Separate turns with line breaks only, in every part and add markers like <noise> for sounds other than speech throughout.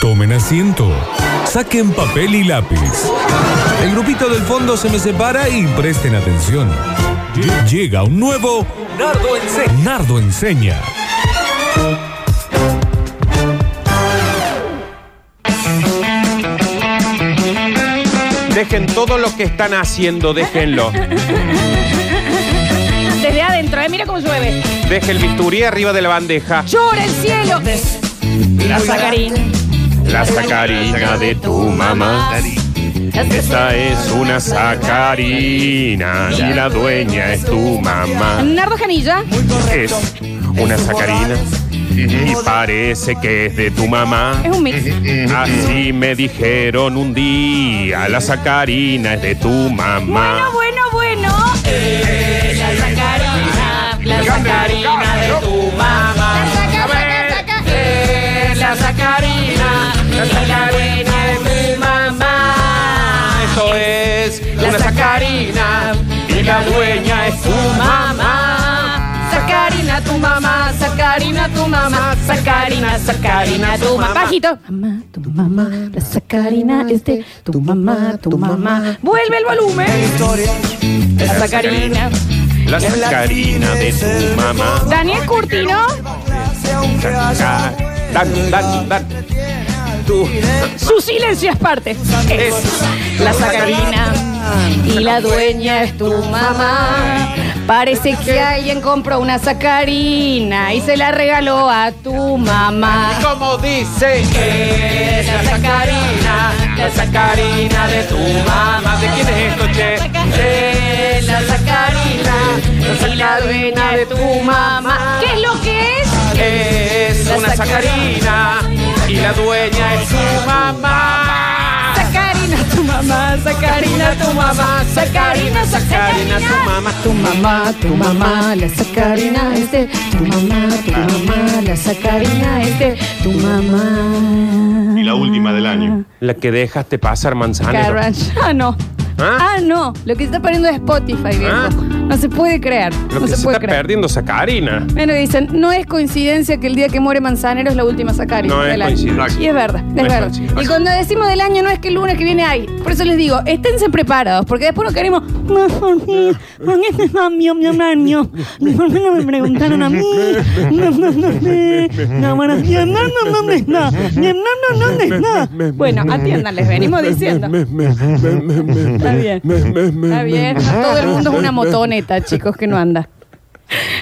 Tomen asiento. Saquen papel y lápiz. El grupito del fondo se me separa y presten atención. Llega un nuevo Nardo Enseña. Nardo Enseña.
Dejen todo lo que están haciendo, déjenlo.
Desde adentro, ¿eh? mira cómo llueve.
Deje el bisturí arriba de la bandeja.
Llora el cielo. La sacarín.
La sacarina de tu mamá. Esta es una sacarina y la dueña es tu mamá.
Nardo Janilla.
Es una sacarina y parece que es de tu mamá.
Es un mix.
Así me dijeron un día, la sacarina es de tu mamá.
Bueno, bueno, bueno. La sacarina. La
sacarina de
tu mamá. La saca, saca, saca. La sacarina. La sacarina de mi mamá.
Esto es
La sacarina.
y la dueña es tu
mamá. Sacarina, tu mamá, Sacarina, tu mamá, Sacarina, Sacarina, tu mamá. Bajito. Mamá, tu mamá, la Sacarina es de este, tu mamá, tu mamá. Vuelve el volumen. La Sacarina.
La sacarina de tu mamá.
Daniel Curtino.
Saca- Dan, dan, dan. Tu
Su silencio es parte. Es la sacarina y la dueña es tu mamá. Parece que alguien compró una sacarina y se la regaló a tu mamá.
Como dice es la sacarina, la sacarina de tu mamá. ¿De quién es esto, che?
Es la sacarina y la dueña de tu mamá. ¿Qué es lo que es?
Es una sacarina y la dueña es tu mamá.
Sacarina tu mamá, sacarina tu mamá, sacarina, sacarina tu mamá.
Tu mamá, tu mamá, la sacarina es de tu mamá, tu mamá, la sacarina es de tu mamá.
Y la última del año.
La que dejaste pasar manzana.
Carranza. <laughs> Ah, no.
¿Ah?
¿Ah? no. Lo que se está perdiendo es Spotify, viejo.
¿Ah?
No se puede creer.
Lo
no
que
se,
se,
puede
está
creer.
perdiendo sacarina.
Bueno, dicen, no es coincidencia que el día que muere Manzanero es la última sacarina
No es
del año.
coincidencia.
Y es verdad, es
No es
verdad.
coincidencia.
y cuando decimos del año no es que el lunes que viene hay. Por eso les digo, esténse preparados, porque después no queremos. "No, ¿Por qué? ¿Por qué me cambió mi año? ¿Por qué no me preguntaron a mí? No, no, no sé. No, bueno, mi hermano dónde está. Mi hermano dónde está. Bueno, atiendan, les venimos diciendo. Está bien. Está bien. Todo el mundo es una motoneta, chicos, que no <laughs> anda.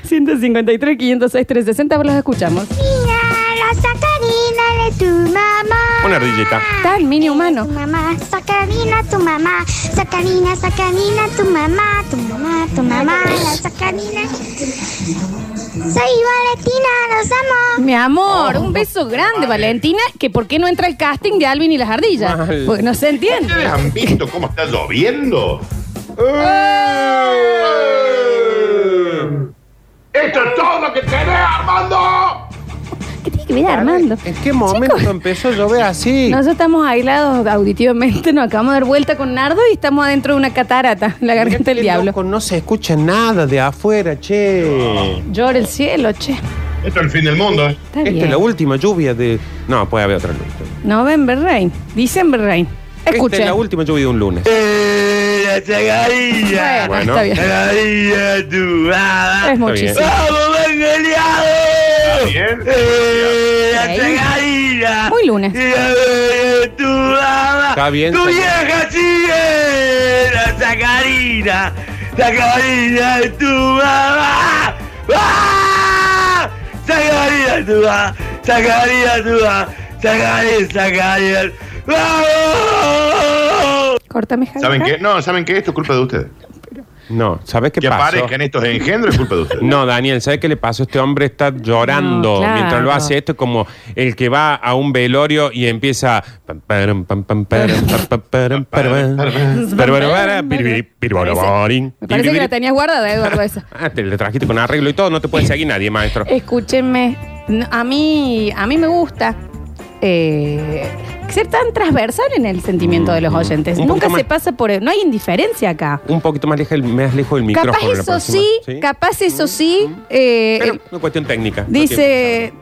153, 506, 360, ahora los escuchamos.
Niña, la sacarina de tu mamá.
Una ardillita.
Tal mini humano.
Tu mamá, sacarina, tu mamá, sacarina, sacarina, tu mamá, tu mamá, tu mamá, la sacarina. Soy Valentina, los amo.
Mi amor,
Oh.
un beso grande, Valentina, que por qué no entra el casting de Alvin y las ardillas.
Mal.
Porque no se entiende.
¿Ustedes han visto cómo está lloviendo? ¡Esto es todo lo que tenés, Armando!
¿Qué tiene que ver Armando?
¿En qué momento empezó a llover así?
Nosotros estamos aislados auditivamente, nos acabamos de dar vuelta con Nardo y estamos adentro de una catarata, la garganta del diablo.
Loco, no se escucha nada de afuera, che.
Llora el cielo, che.
Esto es el fin del mundo, ¿eh?
Esta
Está
es
bien.
Este la última lluvia de. No, puede haber otra luz.
November Rain, December Rain.
Esta
Escuchen.
es Este la última lluvia de un lunes.
La sacarina,
Bueno,
Bueno.
está bien.
sacarina tu mamá.
Es muchísimo.
¡Vamos,
bien.
Bengaleado! Eh, La
Ahí.
sacarina.
Muy lunes.
Y la dueña es tu mamá.
Está bien,
Tu
está
vieja sigue. La sacarina. Sacarina de tu mamá. ¡Ah! Sacarina de tu mamá. Sacarina de tu mamá. Sacarina, sacarina. ¡Vamos!
Cortame, Javi.
¿Saben qué? No, ¿saben qué? Esto es culpa de ustedes.
No, ¿sabes qué
Que
pasó?
aparezcan estos engendros es culpa
<laughs>
de ustedes.
No, Daniel, ¿sabes qué le pasó? Este hombre está llorando
No, claro.
mientras lo hace. Esto es como el que va a un velorio y empieza. pam, param, pam, pam, param, pam, pam, param, param, param, param, param, piribiri, piriboroborin,
Me parece que la
piribiri.
tenías guardada, Eduardo, esa.
Ah, te lo trajiste con arreglo y todo. No te puede seguir nadie, maestro.
Escúchenme, no, a mí, a mí me gusta eh, ser tan transversal en el sentimiento de los oyentes.
Mm, Un
Nunca
poquito
se
más.
pasa por... No hay indiferencia acá.
Un poquito más lejos, más lejos del micrófono.
Capaz
la
eso
próxima.
sí, capaz eso sí. eh,
Mm, Pero
el-
una cuestión técnica. no tiene
dice...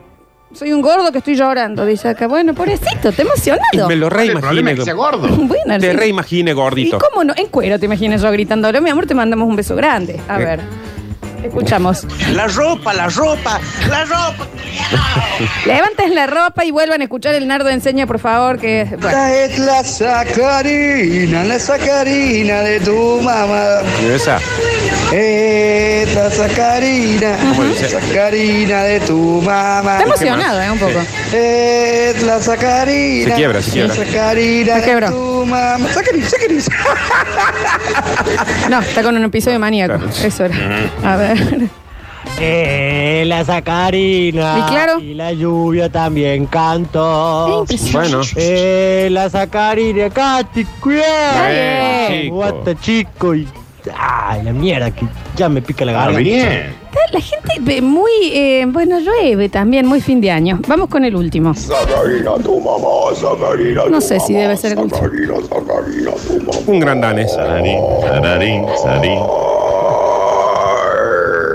Soy un gordo que estoy llorando, dice acá. Bueno, pobrecito, te
Y
emocionado.
me lo
El problema
reimaginé.
es que sea
<laughs>
gordo.
Bueno,
Te
sí.
reimaginé
¿Y
gordito.
cómo no? En cuero te imaginas yo gritándolo. Mi amor, te mandamos un beso grande. A
Eh.
ver. Escuchamos.
La ropa, la ropa, la ropa.
Levanten la ropa y vuelvan a escuchar el Nardo Enseña, por favor, que... bueno.
Esta es la sacarina, la sacarina de tu mamá.
Esa.
Esta sacarina,
dice?
sacarina de tu mamá.
Ah,
Está emocionado, ¿eh? Un poco.
Es la sacarina.
Se quiebra, se quiebra.
La sacarina
Se quebró.
de tu mamá. Sacarina, sacarina.
No, está con un episodio maníaco. Eso era. A ver.
Eh, la sacarina.
Y claro.
Y la lluvia también canto.
Bueno.
Eh, la sacarina, Katy, cuidado.
Bueno,
Ay,
chico.
eh.
Guata, chico. Y, ay, la mierda, que ya me pica la
Ah,
garganta.
bien.
Está La gente ve muy... eh, bueno, llueve también, muy fin de año. Vamos con el último. No sé si debe ser el último.
Un gran danés.
Sararín, sararín, sararín.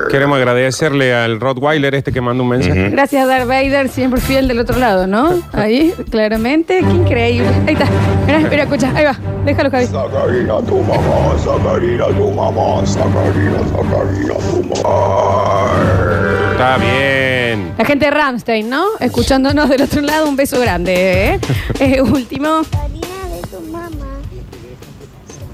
Queremos agradecerle al Rottweiler este que mandó un mensaje.
Gracias, Darth Vader, siempre fiel del otro lado, ¿no? Ahí, claramente. Qué increíble. Ahí está. Mira, mira, escucha. Ahí va. Déjalo, Javi.
Sacarina tu mamá, sacarina tu mamá, sacarina, sacarina tu mamá.
Está bien.
La gente de Ramstein, ¿no? Escuchándonos del otro lado, un beso grande, ¿eh? Eh, último,
Karina de tu mamá.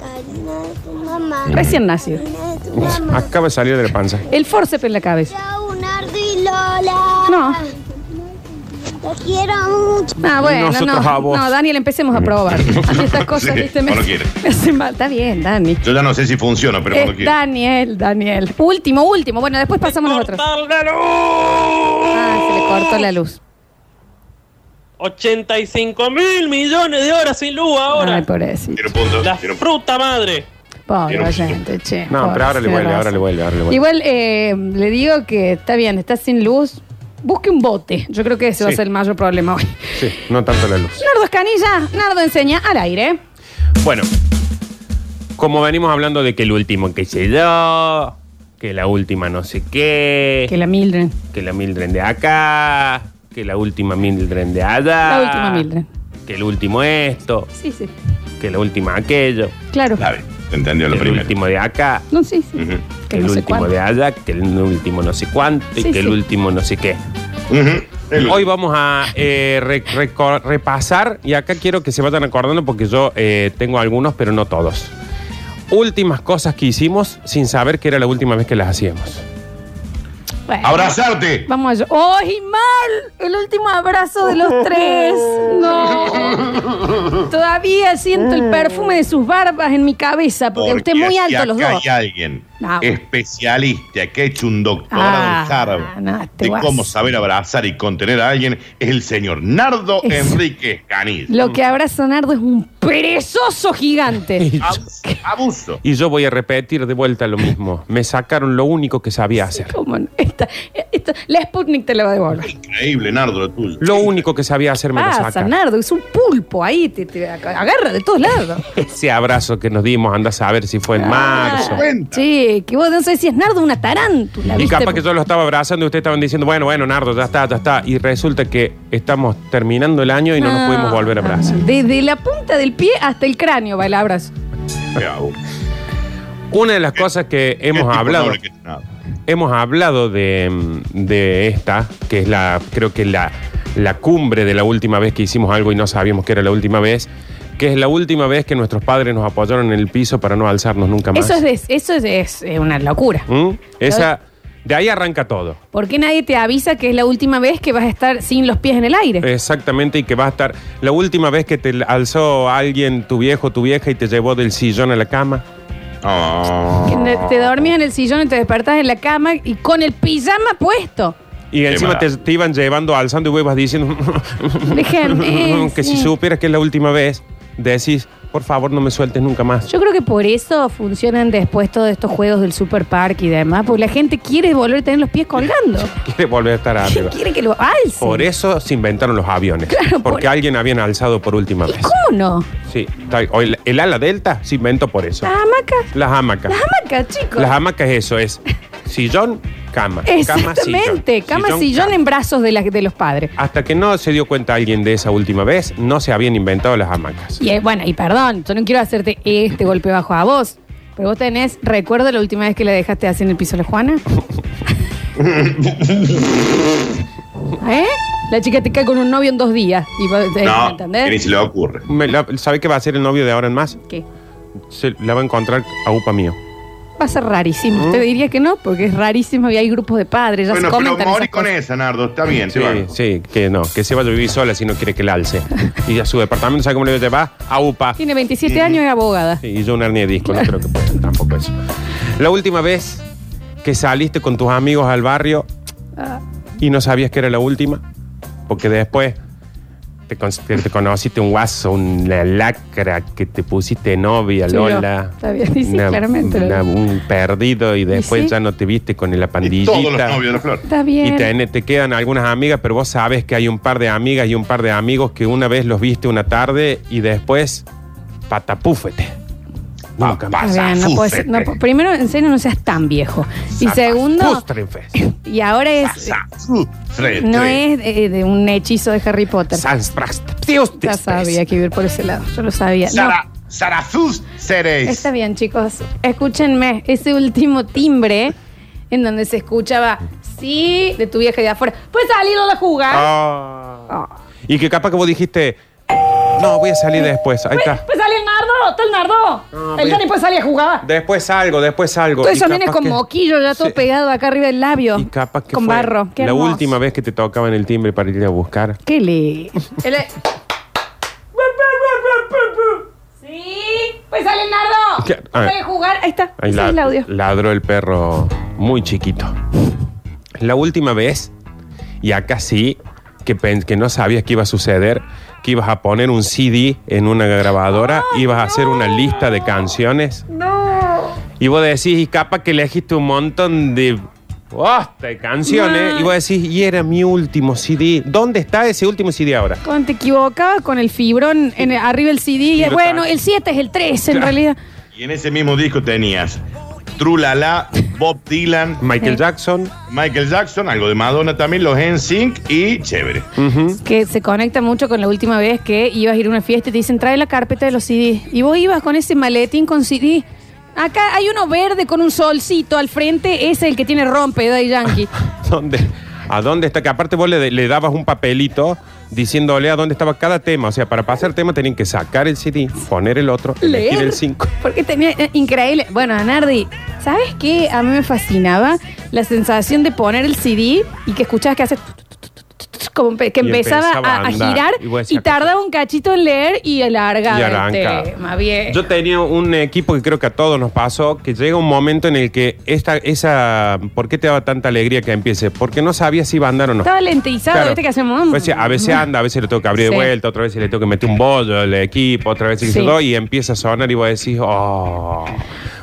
Karina de tu mamá.
Mm. recién nacido.
Karina de tu mamá.
Acaba de salir de la panza.
El forceps en la cabeza.
Chao, Nardo y Lola.
No.
Te quiero mucho.
Ah, bueno,
Nosotros
no.
a vos.
No, Daniel, empecemos a probar. Así estas cosas,
Sí,
¿viste?
cuando
<laughs>
quiere.
me hacen mal. Está bien, Dani.
Yo ya no sé si funciona, pero cuando
Es
quiera.
Daniel, Daniel. Último, último. Bueno, después pasamos nosotros. Ah, se le cortó la luz.
85 mil millones de horas sin luz
Ay,
ahora.
pobrecito.
Quiero punto.
La
quiero-
fruta madre.
Pobre
Quiero-
oyente, che.
No,
pobre,
pero ahora le
tiene
vuelve, ahora
razón.
le vuelve, ahora le vuelve.
Igual eh, le digo que está bien, está sin luz. Busque un bote. Yo creo que ese va a
Sí.
ser el mayor problema hoy. <laughs>
Sí, no tanto la luz.
Nardo Escanilla, Nardo enseña al aire.
Bueno, como venimos hablando de que el último que se dio, que la última no sé qué,
Que la Mildred.
que la Mildred de acá, que la última Mildred de allá.
La última Mildred.
Que el último esto,
Sí, sí.
que la última aquello,
Claro.
Dale, te entendió
que
lo
el
primero.
último de acá,
No, sí, sí.
Ujú.
Que
el
no sé
último
cuánto.
de allá, que el último no sé cuánto y
Sí,
que el
sí.
último no sé qué.
Ujú. El-
Hoy vamos a eh, re- reco- repasar, y acá quiero que se vayan acordando porque yo eh, tengo algunos, pero no todos. Últimas cosas que hicimos sin saber que era la última vez que las hacíamos.
Bueno,
Abrazarte.
Vamos a... ¡Ay, mal! El último abrazo de los
<laughs>
tres. No. Todavía siento el perfume de sus barbas en mi cabeza, porque, usted es muy
aquí
alto los
acá
dos.
Hay alguien
Ah.
especialista que ha hecho un doctorado
Ah,
en Harvard
no, este
de
guaso.
cómo saber abrazar y contener a alguien es el señor Nardo
Es-
Enrique Caniz.
Lo que abraza Nardo es un perezoso
<laughs>
gigante.
Abus- Abuso.
Y yo voy a repetir de vuelta lo mismo. Me sacaron lo único que sabía hacer.
¿Cómo no? Esta- esta- la Sputnik te la va a devolver.
Increíble, Nardo, lo tuyo.
Lo único que sabía hacer Este me lo
Pasa,
sacaron.
Nardo, es un pulpo ahí, te, te agarra de todos lados.
Ese abrazo que nos dimos, anda a saber si fue en
Ah,
marzo.
Cuenta.
Sí, que vos no sé si es Nardo o una tarántula.
Y
¿viste?
capaz que yo lo estaba abrazando y ustedes estaban diciendo, bueno, bueno, Nardo, ya está, ya está. Y resulta que estamos terminando el año y
Ah.
no nos pudimos volver a abrazar.
Desde la punta del pie hasta el cráneo va el abrazo.
Qué abuso.
Una de las cosas que
Qué
hemos
tipo
hablado,
noble que es Nardo.
hemos hablado de, mm, de esta, que es la, creo que la, la cumbre de la última vez que hicimos algo y no sabíamos que era la última vez, que es la última vez que nuestros padres nos apoyaron en el piso para no alzarnos nunca más.
Eso es, des- eso es, es, eh, una locura.
¿Mm? Esa, de ahí arranca todo.
¿Por qué nadie te avisa que es la última vez que vas a estar sin los pies en el aire?
Eh. Exactamente, y que va a estar la última vez que te alzó alguien, tu viejo, tu vieja, y te llevó del sillón a la cama.
Oh.
Que ne- Te dormías en el sillón y te despertás en la cama y con el pijama puesto.
Y encima te,
mala.
te iban llevando, alzando y vos ibas diciendo <laughs>
Déjenme,
que si
sí.
supieras que es la última vez, decís, por favor no me sueltes nunca más. <laughs>
Yo creo que por eso funcionan después todos estos juegos del Super Park y demás, porque la gente quiere volver a tener los pies colgando.
Quiere volver a estar arriba.
Quiere que lo alce.
Ah, Por eso se inventaron los aviones.
Claro,
porque
por-
alguien habían alzado por última
¿Y
vez.
cómo no?
Sí, tal- o el, el ala delta se inventó por eso.
Ah. Las
Las
hamacas.
hamacas.
Las hamacas, chicos.
Las hamacas, eso es. sillón, cama. Cama, sillón.
Exactamente, cama, sillón en brazos de, la- de los padres.
Hasta que no se dio cuenta alguien de esa última vez, no se habían inventado las hamacas.
Y eh, bueno, y perdón, yo no quiero hacerte este golpe bajo a vos, pero vos tenés, recuerda la última vez que la dejaste así en el piso a la Juana. ¿Eh? La chica te cae con un novio en dos días. Y vos, eh,
No,
¿entendés?
se le ocurre. ¿Sabe qué va a ser el novio de ahora en más?
¿Qué?
Se la va a encontrar a upa mío.
Va a ser rarísimo. Usted diría que no, porque es rarísimo y hay grupos de padres, ya
Bueno,
se
pero
comentan.
morí
esas
con esa, Nardo. Está bien,
sí,
te banco.
sí, que no, que se vaya a vivir sola si no quiere que la alce. y a su departamento, ¿sabe cómo le va? A upa.
cosas. Tiene 27 años y es abogada.
Sí, Y yo una hernia de disco, no creo que pueda ser tampoco eso. La última vez que saliste con tus amigos al barrio
Ah.
y no sabías que era la última, porque después te, con- te- te conociste un guaso, una lacra que te pusiste novia,
Sí,
Lola.
no, está bien, sí, sí, claramente,
una- un perdido y después
sí.
ya no te viste con la pandillita.
todos los novios de la flor.
Está bien.
Y te, te quedan algunas amigas, pero vos sabes que hay un par de amigas y un par de amigos que una vez los viste una tarde y después patapúfete.
Ah,
Nunca más.
Está bien, no puede ser- no, primero, en serio, no seas tan viejo. Y segundo, <laughs>
Pústrenfe.
y ahora es.
<laughs>
No es eh, de un hechizo de Harry Potter. Ya sabía que iba por ese lado. Yo lo sabía. No,
Sara, Sarafus seréis.
Está bien, chicos. Escúchenme ese último timbre en donde se escuchaba sí de tu vieja de afuera. Pues salir a la jugar.
Ah. Y que capaz que vos dijiste, no, voy a salir después. Ahí está.
Pues salí el nardo, está el nardo. el
bien.
Dani pues salí a jugar.
Después salgo, después salgo.
Todo eso
Y
viene
capaz
con
que-
moquillo, ya todo pegado acá arriba del labio.
Y capaz que
con
fue
barro. Qué
la
hermoso.
última vez que te tocaban el timbre para ir a buscar.
Qué le. El- e- sí, pues sale el nardo.
¿Qué? A ver.
Sale a jugar. Ahí está.
Ahí
Ese
la-
es el audio.
Ladró el perro muy chiquito. La última vez, y acá sí, que, pen- que no sabías que iba a suceder, que ibas a poner un CD en una grabadora, ibas a hacer una lista de canciones. Y vos decís, y capaz que elegiste un montón de bosta de canciones.
No.
Y vos decís, y era mi último CD. ¿Dónde está ese último CD ahora?
Cuando te equivocabas con el fibrón en, arriba del CD. y
lo
bueno,
traje.
el 7 es el 3 en
Claro.
realidad.
Y en ese mismo disco tenías Trulala, Bob Dylan,
Michael Jackson.
Michael Jackson, algo de Madonna también, los NSYNC y chévere.
Que se conecta mucho con la última vez que ibas a ir a una fiesta y te dicen trae la carpeta de los CD. Y vos ibas con ese maletín con CD. Acá hay uno verde con un solcito al frente, ese es el que tiene rompe de Daddy Yankee.
<laughs> ¿Dónde, ¿A dónde está? Que aparte vos le, le dabas un papelito diciéndole a dónde estaba cada tema. O sea, para pasar tema tenían que sacar el CD, poner el otro,
Leer.
elegir el 5.
Porque tenía eh, increíble. Bueno, Nardi, ¿sabes qué? A mí me fascinaba la sensación de poner el CD y que escuchabas que hace tu, tu, tu, tu, tu, tu, tu, como empe- que
Y
empezaba,
empezaba
a,
a
a
andar.
girar
Y vos
y,
decías,
tardaba un cachito en leer y alargaba
Y
el
arranca.
tema. Bien.
Yo tenía un equipo que creo que a todos nos pasó, que llega un momento en el que esta, esa, ¿por qué te daba tanta alegría que empiece? Porque no sabías si iba a andar o no.
Estaba lentizado,
Claro.
¿viste que hacemos?
Pues sí, a veces anda, a veces le tengo que abrir
Sí.
de vuelta, otra vez le tengo que meter un bollo al equipo, otra vez que
Sí.
se doy y empieza a sonar y vos decís, oh.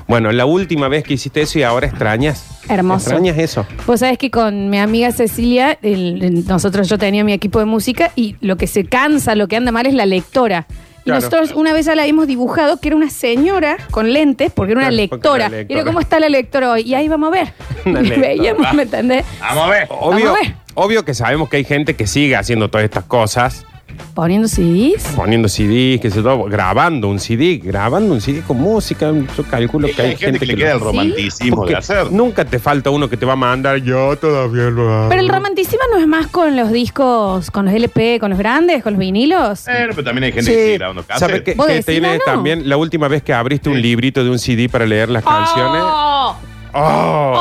Bueno, la última vez que hiciste eso y ahora extrañas.
Hermoso.
Extrañas eso.
Vos sabés que con mi amiga Cecilia, el- el- nosotros yo tenía mi equipo de música y lo que se cansa, lo que anda mal es la lectora. Y
Claro.
nosotros una vez ya la hemos dibujado que era una señora con lentes, porque era una
Claro, porque era
lectora.
lectora.
Y era cómo está la lectora hoy. Y ahí vamos a ver.
<laughs> Una
Y
lectora.
veíamos, <laughs> ¿me entendés?
Vamos a ver.
Obvio,
Vamos a ver.
obvio que sabemos que hay gente que sigue haciendo todas estas cosas,
Poniendo CDs.
poniendo CDs, que se todo, grabando un CD, grabando un CD con música. Yo calculo que hay,
gente que le
lo-
queda el
Sí,
romanticismo
porque <laughs>
de hacer.
Nunca te falta uno que te va a mandar, yo todavía lo hago.
Pero el romanticismo no es más con los discos, con los LP, con los grandes, con los vinilos.
Bueno, pero también hay gente
Sí.
que sigue grabando cassette.
¿Sabes qué,
¿Vos
qué
decís,
tiene
Nano?
también? La última vez que abriste un librito de un CD para leer las canciones.
¡Oh!
¡Oh!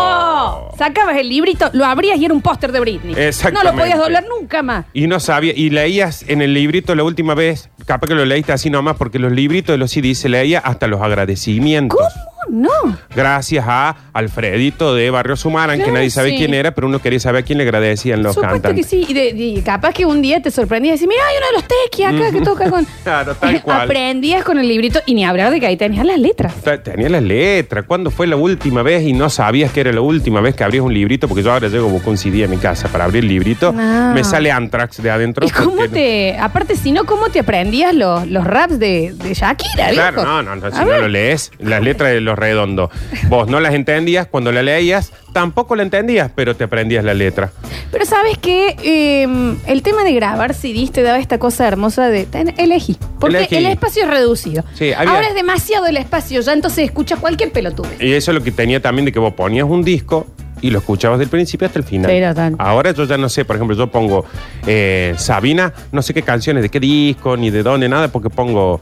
¡Oh! Sacabas el librito, lo abrías y era un póster de Britney. No lo
Exactamente.
podías doblar nunca más.
Y no sabía, y leías en el librito la última vez, capaz que lo leíste así nomás, porque los libritos de los CD se leía hasta los agradecimientos.
Oh, no.
Gracias a Alfredito de Barrio Sumaran, que
Claro,
nadie sabe
sí.
quién era, pero uno quería saber a quién le agradecían los
Supuesto que
cantantes.
sí. Y, de- y capaz que un día te sorprendías y decís, mira, hay uno de los tequis acá que toca con.
<laughs> Claro,
<laughs>
tal cual.
Aprendías con el librito y ni hablar de que ahí tenías las letras.
Te- Tenía las letras. ¿Cuándo fue la última vez y no sabías que era la última vez que abrías un librito? Porque yo ahora llego, busco un CD a mi casa para abrir el librito.
No.
Me sale Anthrax de adentro.
Ah. ¿Y cómo
porque-
te.? Aparte, si no, ¿cómo te aprendías los, los raps de, de Shakira?
Claro,
viejo?
no, no, no,
A
si no
ver.
lo lees, las letras de los los redondos. Vos no las entendías, cuando la leías tampoco la entendías, pero te aprendías la letra.
Pero sabes que el tema de grabar CDs te daba esta cosa hermosa de ten- elegí. Porque
Elegí.
el espacio es reducido.
Sí, había-
Ahora es demasiado el espacio, ya entonces escuchas cualquier pelotude.
Y eso es lo que tenía también de que vos ponías un disco y lo escuchabas del principio hasta el final.
Sí, total.
Ahora yo ya no sé, por ejemplo, yo pongo eh, Sabina, no sé qué canciones, de qué disco, ni de dónde, nada, porque pongo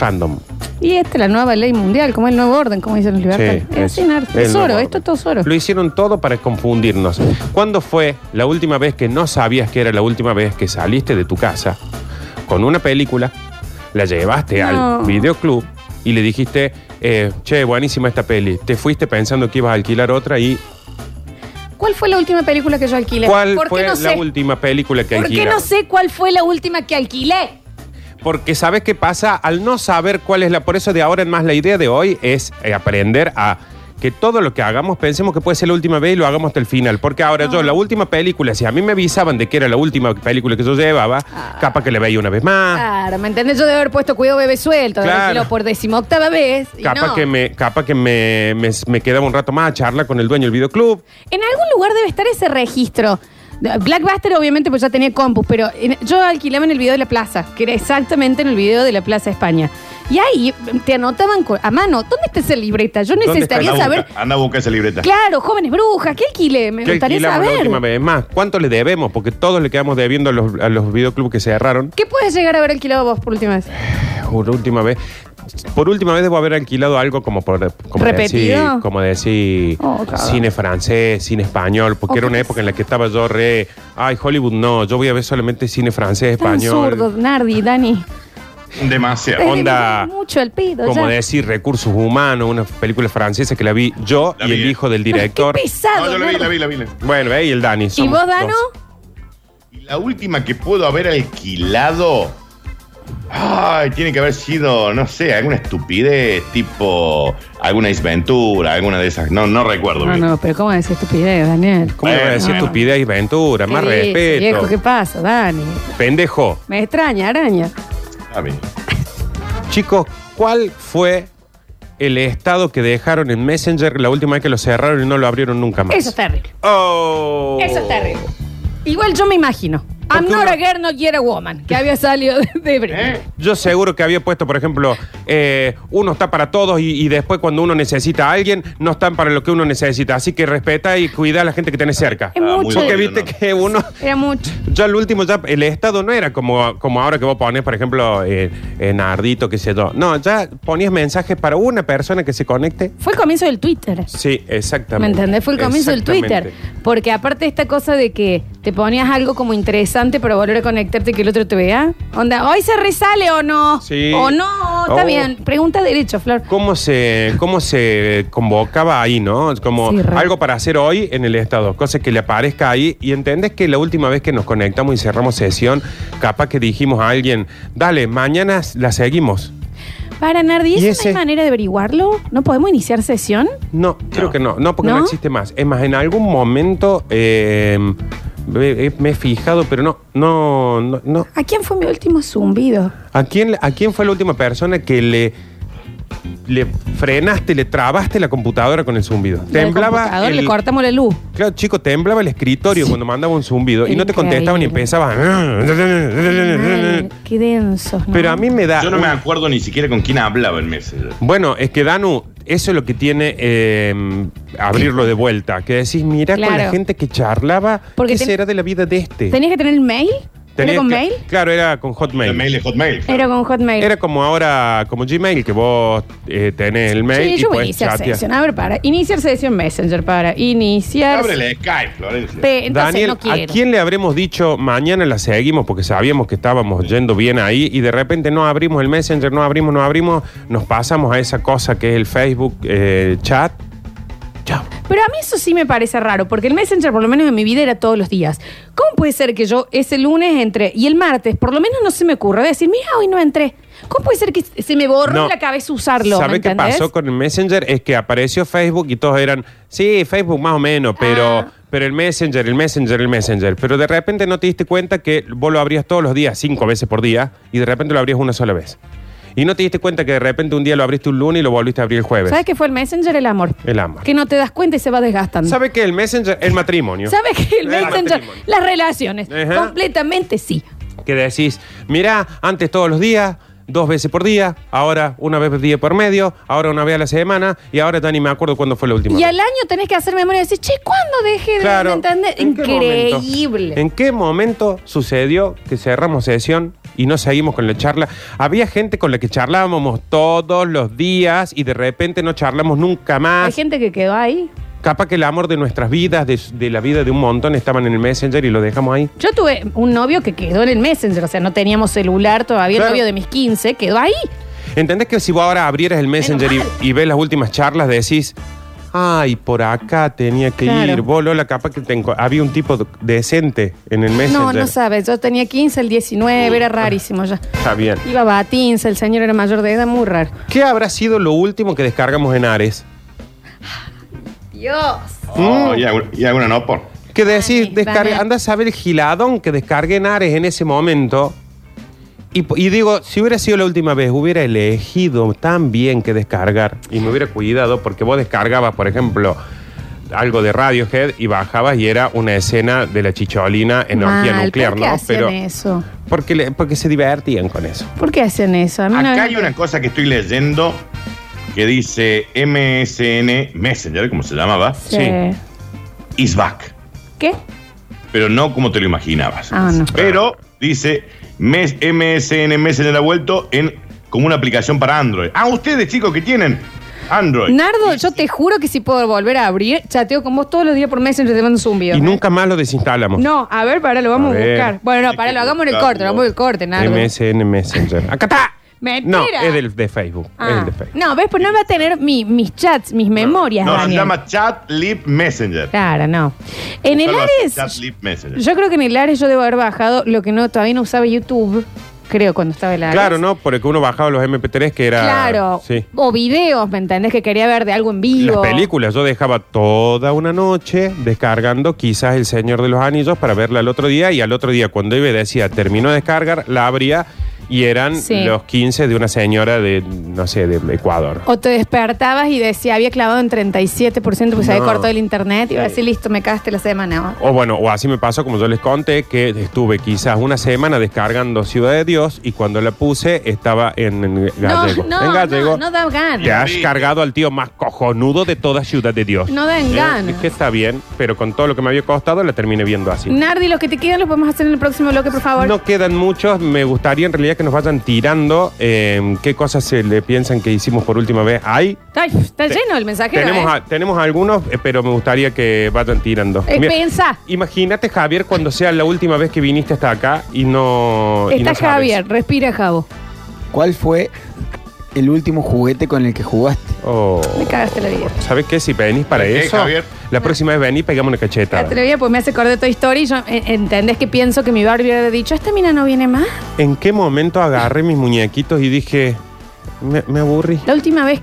random.
Y esta es la nueva ley mundial, como el nuevo orden, como dicen los libertarios.
Sí,
es
es-
sin arte.
es
Es
el
oro,
nuevo
esto es todo oro.
Lo hicieron todo para confundirnos. ¿Cuándo fue la última vez que no sabías que era la última vez que saliste de tu casa con una película, la llevaste
No.
al videoclub y le dijiste, eh, che, buenísima esta peli? Te fuiste pensando que ibas a alquilar otra y
¿Cuál fue la última película que yo alquilé?
¿Cuál
¿Por qué
fue
no
la
sé?
última película que
¿Por qué
alquilaste?
no sé cuál fue la última que alquilé?
Porque sabes qué pasa al no saber cuál es la. Por eso de ahora en más la idea de hoy es eh, aprender a que todo lo que hagamos pensemos que puede ser la última vez y lo hagamos hasta el final. Porque ahora yo la última película, si a mí me avisaban de que era la última película que yo llevaba,
Ah.
capaz que le veía una vez más.
Claro, ¿me entendés? Yo debo haber puesto cuidado bebé suelto, de
Ah. Claro.
haberlo por decimoctava vez. y
Capaz
no.
que, me, capaz que me, me- me quedaba un rato más a charla con el dueño del videoclub.
En algún lugar debe estar ese registro. Blackbuster, obviamente, pues ya tenía compus, pero en- yo alquilaba en el video de la plaza, que era exactamente en el video de la Plaza España. Y ahí te anotaban co- a mano, ¿dónde está esa libreta? Yo
¿Dónde
necesitaría
está?
saber.
Anda a buscar esa libreta.
Claro, jóvenes brujas, ¿qué alquile? Me
¿Qué
gustaría
alquilamos la última
saber.
vez más? ¿Cuánto le debemos? Porque todos le quedamos debiendo a los, a los videoclubs que se cerraron.
¿Qué puedes llegar a haber alquilado vos por última vez?
Por última vez. Por última vez debo haber alquilado algo como por como
¿Repetido?
decir, como decir
Oh, claro.
cine francés, cine español, porque
Oh,
era una
qué
época en la que estaba yo re, ay, Hollywood no, yo voy a ver solamente cine francés,
Tan
español.
zurdo, Nardi, Dani.
Demasiado.
Es
onda-
Mucho el pido.
Como
ya.
decir recursos humanos, una película francesa que la vi yo y el hijo del director.
Qué pesado.
No, yo la vi,
Nardi.
la vi, la vi.
Bueno, eh, y el Dani.
¿Y
somos
vos, Dano?
dos.
Y la última que puedo haber alquilado. Ay, tiene que haber sido, no sé, alguna estupidez, tipo alguna desventura, alguna de esas. No, no recuerdo.
No,
bien.
Ah, no, pero ¿cómo decís estupidez, Daniel?
¿Cómo le voy a decir
Bueno.
estupidez y ventura? Más
¿Qué dice,
respeto.
Viejo, ¿qué pasa, Dani?
Pendejo.
Me extraña, araña.
A ver.
Chicos, ¿cuál fue el estado que dejaron en Messenger la última vez que lo cerraron y no lo abrieron nunca más?
Eso es terrible.
Oh.
Eso es terrible. Igual yo me imagino.
Porque
I'm not
uno-
a girl, not yet a woman. Que había salido de, de Britney.
¿Eh?
Yo seguro que había puesto, por ejemplo, eh, uno está para todos y, y después cuando uno necesita a alguien, no están para lo que uno necesita. Así que respeta y cuida a la gente que tenés cerca.
Es mucho.
muy
Porque
obvio,
viste
¿no?
que uno,
Era mucho.
ya el último, ya el estado no era como, como ahora que vos pones, por ejemplo, eh, eh, Nardito, qué sé yo. No, ya ponías mensajes para una persona que se conecte.
Fue el comienzo del Twitter.
Sí,
¿Me
exactamente.
entendés? Fue el comienzo del Twitter.
Exactamente.
Porque aparte esta cosa de que te ponías algo como interesante para volver a conectarte y que el otro te vea. Onda, ¿hoy se resale o no?
Sí.
O no, está
Oh.
bien. Pregunta derecho, Flor.
¿Cómo se, cómo se convocaba ahí, no? Como
Sí, re.
algo para hacer hoy en el Estado, cosa que le aparezca ahí. Y entendés que la última vez que nos conectamos y cerramos sesión, capaz que dijimos a alguien, dale, mañana la seguimos.
Para Nardi, ¿eso
¿Y
no
ese?
hay manera de averiguarlo? ¿No podemos iniciar sesión?
No, creo que no, no, porque no,
¿No?
existe más. Es más, en algún momento eh, me, me he fijado, pero no, no, no, no.
¿A quién fue mi último zumbido?
¿A quién, ¿A quién fue la última persona que le, le frenaste, le trabaste la computadora con el zumbido?
Lo del computador,
el-
Le cortamos
<laughs>
la luz.
Claro, chico, temblaba el escritorio cuando mandaba un zumbido y no te
Increíble.
contestaban y empezaban.
Ay, qué denso. ¿no?
Pero a mí me da.
Yo no
Ah,
me acuerdo ni siquiera con quién hablaba el Messenger.
Bueno, es que Danu, eso es lo que tiene eh, abrirlo de vuelta. Que decís, mira con la
Claro.
gente que charlaba,
Porque
¿qué
ten-
será de la vida de este?
¿Tenías que tener el mail? ¿Era
Tenías
con
que-
mail?
Claro, era con
El
Hotmail.
mail es Hotmail.
Era con Hotmail.
Era como ahora, como Gmail, que vos eh, tenés el mail
sí,
y
yo voy a
puedes
iniciar
chatear.
sesión. A ver, para. Iniciar sesión Messenger, para. Iniciar.
Ábrele Skype, Florencia.
Te- entonces
Daniel,
no quiero.
¿a quién le habremos dicho mañana la seguimos porque sabíamos que estábamos yendo bien ahí y de repente no abrimos el Messenger, no abrimos, no abrimos, nos pasamos a esa cosa que es el Facebook eh, chat? Chao.
Pero a mí eso sí me parece raro, porque el Messenger, por lo menos en mi vida, era todos los días. ¿Cómo puede ser que yo ese lunes entre y el martes, por lo menos no se me ocurra decir, mira, hoy no entré? ¿Cómo puede ser que se me borró
No.
en la cabeza usarlo?
¿Sabe
¿me
qué
entendés?
pasó con el Messenger? Es que apareció Facebook y todos eran, sí, Facebook más o menos, pero,
Ah.
pero el Messenger, el Messenger, el Messenger. Pero de repente no te diste cuenta que vos lo abrías todos los días, cinco veces por día, y de repente lo abrías una sola vez. Y no te diste cuenta que de repente un día lo abriste un lunes y lo volviste a abrir el jueves.
¿Sabes qué fue el Messenger? El amor.
El amor.
Que no te das cuenta y se va desgastando.
¿Sabe qué? El Messenger, el matrimonio.
¿Sabes qué? El
Eh,
Messenger,
matrimonio.
las relaciones.
Ajá.
Completamente sí.
Que decís, mirá, antes todos los días, dos veces por día, ahora una vez por día por medio, ahora una vez a la semana, y ahora ya ni me acuerdo cuándo fue la última
Y
vez.
al año tenés que hacer memoria y decir, che, ¿cuándo dejé de-
Claro.
de entender?
¿En qué momento?
Increíble.
¿En qué momento sucedió que cerramos sesión y no seguimos con la charla? Había gente con la que charlábamos todos los días y de repente no charlamos nunca
Hay
más.
gente que quedó ahí.
Capaz que el amor de nuestras vidas, de, de la vida de un montón, estaban en el Messenger y lo dejamos ahí.
Yo tuve un novio que quedó en el Messenger, o sea, no teníamos celular todavía,
Claro.
el novio de mis 15 quedó ahí.
¿Entendés que si vos ahora abrieras el Messenger y, y ves las últimas charlas, decís, ay, por acá tenía que
Claro.
ir? Vos, Lola, capaz que te enco- había un tipo de- decente en el
No,
Messenger.
no sabes, yo tenía 15, el 19, era rarísimo ya.
Está bien.
Iba a Batinza, el señor era mayor de edad, muy raro.
¿Qué habrá sido lo último que descargamos en Ares?
Dios.
Oh, y, alguna, y alguna no por.
Que decís, descargue,
Daniel.
andás a ver el giladón que descargué en Ares en ese momento. Y, po- y digo, si hubiera sido la última vez, hubiera elegido tan bien que descargar y me hubiera cuidado porque vos descargabas, por ejemplo, algo de Radiohead y bajabas y era una escena de la chicholina en orgía
Mal,
nuclear,
¿Por qué
¿no?
hacían eso?
porque, le- porque se divertían con eso.
¿Por qué hacen eso? A mí no-
Acá hay una cosa que estoy leyendo que dice MSN Messenger, como se llamaba,
Sí.
is back.
¿Qué?
Pero no como te lo imaginabas.
Ah, no.
Pero dice mes- MSN Messenger ha vuelto en, como una aplicación para Android. Ah, ustedes, chicos, que tienen Android.
Nardo, yo te juro que si puedo volver a abrir, chateo con vos todos los días por Messenger, te mando un video.
Y nunca más lo desinstalamos.
No, a ver, pará, lo vamos
A
a,
ver.
buscar. Bueno, no, pará, lo hagamos en el corte, lo hagamos en el corte, Nardo.
MSN Messenger. Acá está.
Mentira.
No, es del, de Facebook. Es
Ah.
el de Facebook.
No, ves, pues no va a tener mi- mis chats, mis memorias,
No, se
Daniel.
llama Chat Lip Messenger.
Claro, no. En el
Solo así,
Ares,
Chat Lip Messenger.
yo creo que en el Ares yo debo haber bajado lo que no todavía no usaba YouTube, creo, cuando estaba el Ares.
Claro, ¿no? Porque uno bajaba los MP3 que era...
Claro.
Sí.
O videos, ¿me entendés? Que quería ver de algo en
Las
vivo.
películas, yo dejaba toda una noche descargando quizás El Señor de los Anillos para verla al otro día y al otro día cuando iba y decía terminó de descargar, la abría y eran
Sí.
los 15 de una señora de, no sé, de Ecuador.
O te despertabas y decía, había clavado en 37% porque se había
No.
cortado el internet y iba a decir, listo, me cagaste la semana.
O bueno, o así me pasó como yo les conté que estuve quizás una semana descargando Ciudad de Dios y cuando la puse estaba en, en gallego.
no,
en gallego.
no, no da ganas.
Te has cargado al tío más cojonudo de toda Ciudad de Dios.
No dan
Eh,
ganas.
Es que está bien, pero con todo lo que me había costado la terminé viendo así.
Nardi, los que te quedan los podemos hacer en el próximo bloque, por favor.
No quedan muchos. Me gustaría en realidad que nos vayan tirando eh, qué cosas se le piensan que hicimos por última vez. Hay.
Ay, está
Te-
lleno el mensaje.
Tenemos, a- tenemos algunos, eh, pero me gustaría que vayan tirando.
Eh,
Mira,
Pensá.
Imagínate, Javier, cuando sea la última vez que viniste hasta acá y no. y
Está
no sabes.
Javier, respira, Javo.
¿Cuál fue el último juguete con el que jugaste?
Oh.
Me cagaste la vida.
¿Sabes qué? Si venís para
¿Qué,
eso,
Javier?
la próxima vez venís y pegamos una
Cagaste la
cachetada.
vida, pues me hace acordar de Toy Story. y Yo, eh, ¿Entendés que pienso que mi Barbie hubiera dicho, esta mina no viene más?
¿En qué momento agarré mis muñequitos y dije, me, me aburrí?
La última vez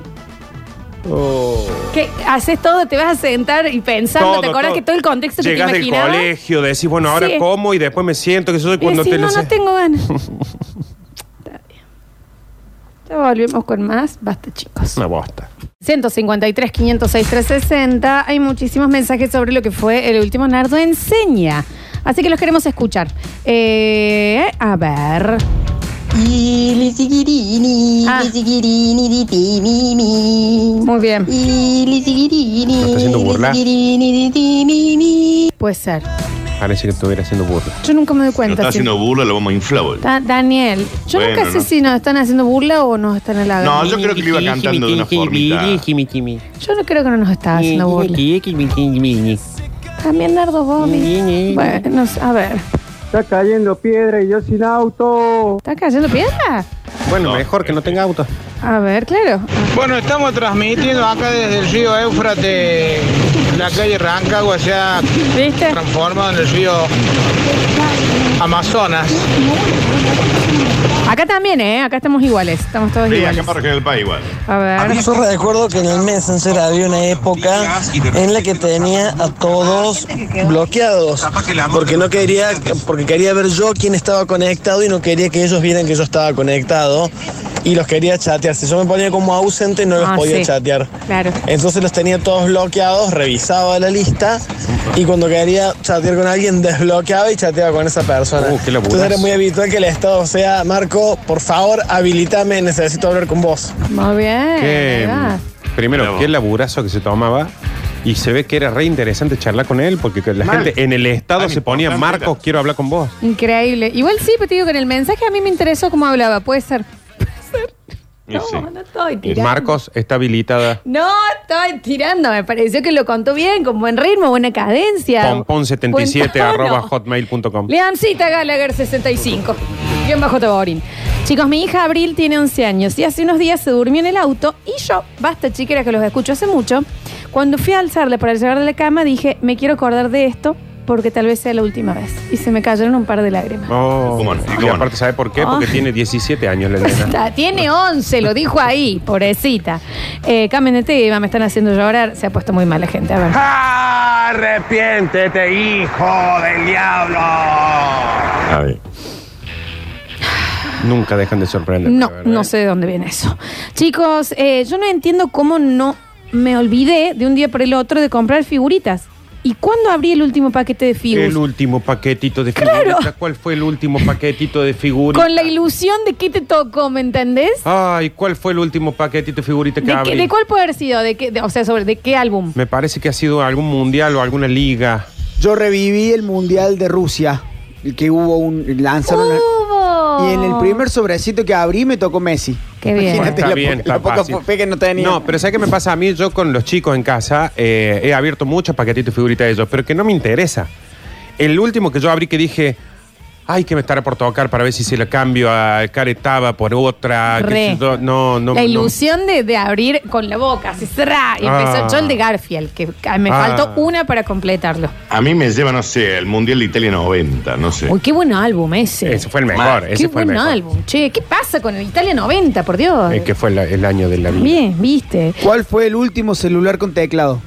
Oh.
que haces todo, te vas a sentar y pensando,
Todo,
¿te acordás
todo.
que todo el contexto que te
Llegás del
imaginabas?
colegio, decís, bueno, ahora
Sí.
como y después me siento, que eso es
Y
cuando
decís,
te lo
no, no
sé.
tengo
<laughs>
ganas. Está bien. Ya volvemos con más. Basta, chicos.
Una bosta.
153, 506, 360. Hay muchísimos mensajes sobre lo que fue el último Nardo Enseña. Así que los queremos escuchar. Eh, a ver.
Y lisigirini,
Ah.
lisigirini, di ti, mi, mi.
Muy bien.
Y lisigirini,
¿No está haciendo burla?
lisigirini, di ti, mi, mi.
Puede ser.
Parece que estuviera haciendo burla.
Yo nunca me doy
No
cuenta.
está
si-
haciendo burla, lo vamos a inflar.
Da- Daniel, yo
Bueno,
nunca sé
¿no?
si nos están haciendo burla o nos están halagando.
No, yo creo que lo iba cantando de una formita.
Yo no creo que no nos está haciendo burla. También Nardo Bobby. Bueno, a ver.
Está cayendo piedra y yo sin auto.
¿Está cayendo piedra?
Bueno, mejor que no tenga auto.
A ver, claro.
Bueno, estamos transmitiendo acá desde el río Éufrates, la calle Rancagua se ha transformado en el río Amazonas.
Acá también, ¿eh? Acá estamos iguales. Estamos todos
Sí,
iguales.
acá para el país igual.
A ver.
Yo recuerdo que en el Messenger había una época en la que tenía a todos bloqueados porque no quería porque quería ver yo quién estaba conectado y no quería que ellos vieran que yo estaba conectado y los quería chatear. Si yo me ponía como ausente, no los
Ah,
podía
sí.
chatear.
Claro.
Entonces los tenía todos bloqueados, revisaba la lista y cuando quería chatear con alguien, desbloqueaba y chateaba con esa persona.
Uh, qué laburazo.
Entonces era muy habitual que el estado sea, Marco, por favor, habilítame, necesito hablar con vos.
Muy bien.
Qué-
¿verdad?
primero, qué laburazo que se tomaba. Y se ve que era re interesante charlar con él, porque la
Mal.
gente en el estado
Tan
se ponía,
importante
Marcos, quiero hablar con vos.
Increíble. Igual sí, pero te digo que en el mensaje a mí me interesó cómo hablaba. Puede ser.
Y sí.
No, no estoy
Y
tirando.
Marcos está habilitada.
No, estoy tirando. Me pareció que lo contó bien, con buen ritmo, buena cadencia.
Pompón77
Buen tono.
arroba hotmail.com.
Leancita Gallagher 65. Guión bajo Taborín. Chicos, mi hija Abril tiene 11 años y hace unos días se durmió en el auto y yo, basta chiquera que los escucho hace mucho, cuando fui a alzarla para llegar de la cama dije, me quiero acordar de esto porque tal vez sea la última vez. Y se me cayeron un par de lágrimas.
Oh,
¿Cómo no?
y
¿Cómo no?
aparte, ¿sabe por qué? Porque
Ah.
tiene 17 años la nena.
<laughs> Está, tiene 11, lo dijo ahí, pobrecita. Eh, cambien de tema, me están haciendo llorar. Se ha puesto muy mal la gente, a ver.
Arrepiéntete, hijo del diablo.
A ver.
Nunca dejan de sorprender.
No,
¿eh?
no sé de dónde viene eso. Chicos, eh, yo no entiendo cómo no me olvidé de un día para el otro de comprar figuritas. ¿Y cuándo abrí el último paquete de
El
figuritas?
último paquetito de
Claro.
figuritas. ¿Cuál fue el último paquetito de figuritas?
Con la ilusión de que te tocó, ¿me entendés?
Ay, ¿cuál fue el último paquetito de figuritas que
¿De, qué-
abrí?
de cuál puede haber sido? ¿De qué, de- o sea, sobre de qué álbum?
Me parece que ha sido algún mundial o alguna liga.
Yo reviví el Mundial de Rusia, el que hubo un. lanzaron. una-
¡Hubo!
y en el primer sobrecito que abrí me tocó Messi.
Qué bien.
Imagínate
Está
la
bien,
poca-
está
la poca
fácil.
fe que no tenía.
No, pero ¿sabes qué me pasa a mí? Yo con los chicos en casa eh, he abierto muchos paquetitos y figuritas de ellos, pero que no me interesa. El último que yo abrí que dije, ay, que me estará por tocar para ver si se lo cambio a Caretaba por otra. qué
Re.
sé yo. No, no.
Ah, la
no.
ilusión de, de abrir con la boca, así, ¡zra! Y empezó
Ah.
yo el de Garfield, que ah, me
Ah.
faltó una para completarlo.
A mí me lleva, no sé, el Mundial de Italia 90, no sé.
Uy, qué buen álbum ese.
Ese fue el mejor.
qué
Ese fue el
buen
mejor.
álbum. Che, ¿qué pasa con el Italia 90, por Dios?
Eh, que fue la- el año de la vida.
Bien, viste.
¿Cuál fue el último celular con teclado?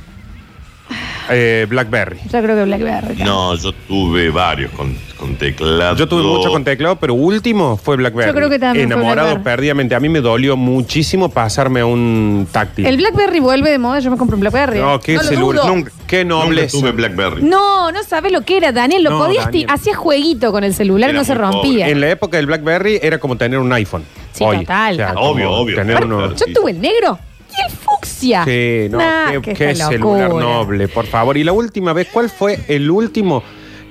Eh, Blackberry.
Yo creo que Blackberry.
No, yo tuve varios con, con teclado.
Yo tuve mucho con teclado, pero último fue Blackberry.
Yo creo que también fue
Enamorado
Blackberry.
perdidamente. A mí me dolió muchísimo pasarme a un táctil.
El Blackberry vuelve de moda, yo me compré un Blackberry.
no, qué
no lo
celular.
dudo.
Nunca- qué
Nunca
nobles.
tuve Blackberry.
No, no sabes lo que era, Daniel. Lo
No,
podías ti-
Daniel.
hacías jueguito con el celular,
Era
no se
muy
rompía.
En la época del BlackBerry era como tener un iPhone.
Sí,
Hoy.
total, total.
como
Ah, Obvio, obvio.
Tener
Aparte, <laughs>
uno.
yo-
Yo tuve el negro y el fucsia.
Sí, no,
Nah,
qué,
que
qué
esta
celular
locura.
noble, por favor. Y la última vez, ¿cuál fue el último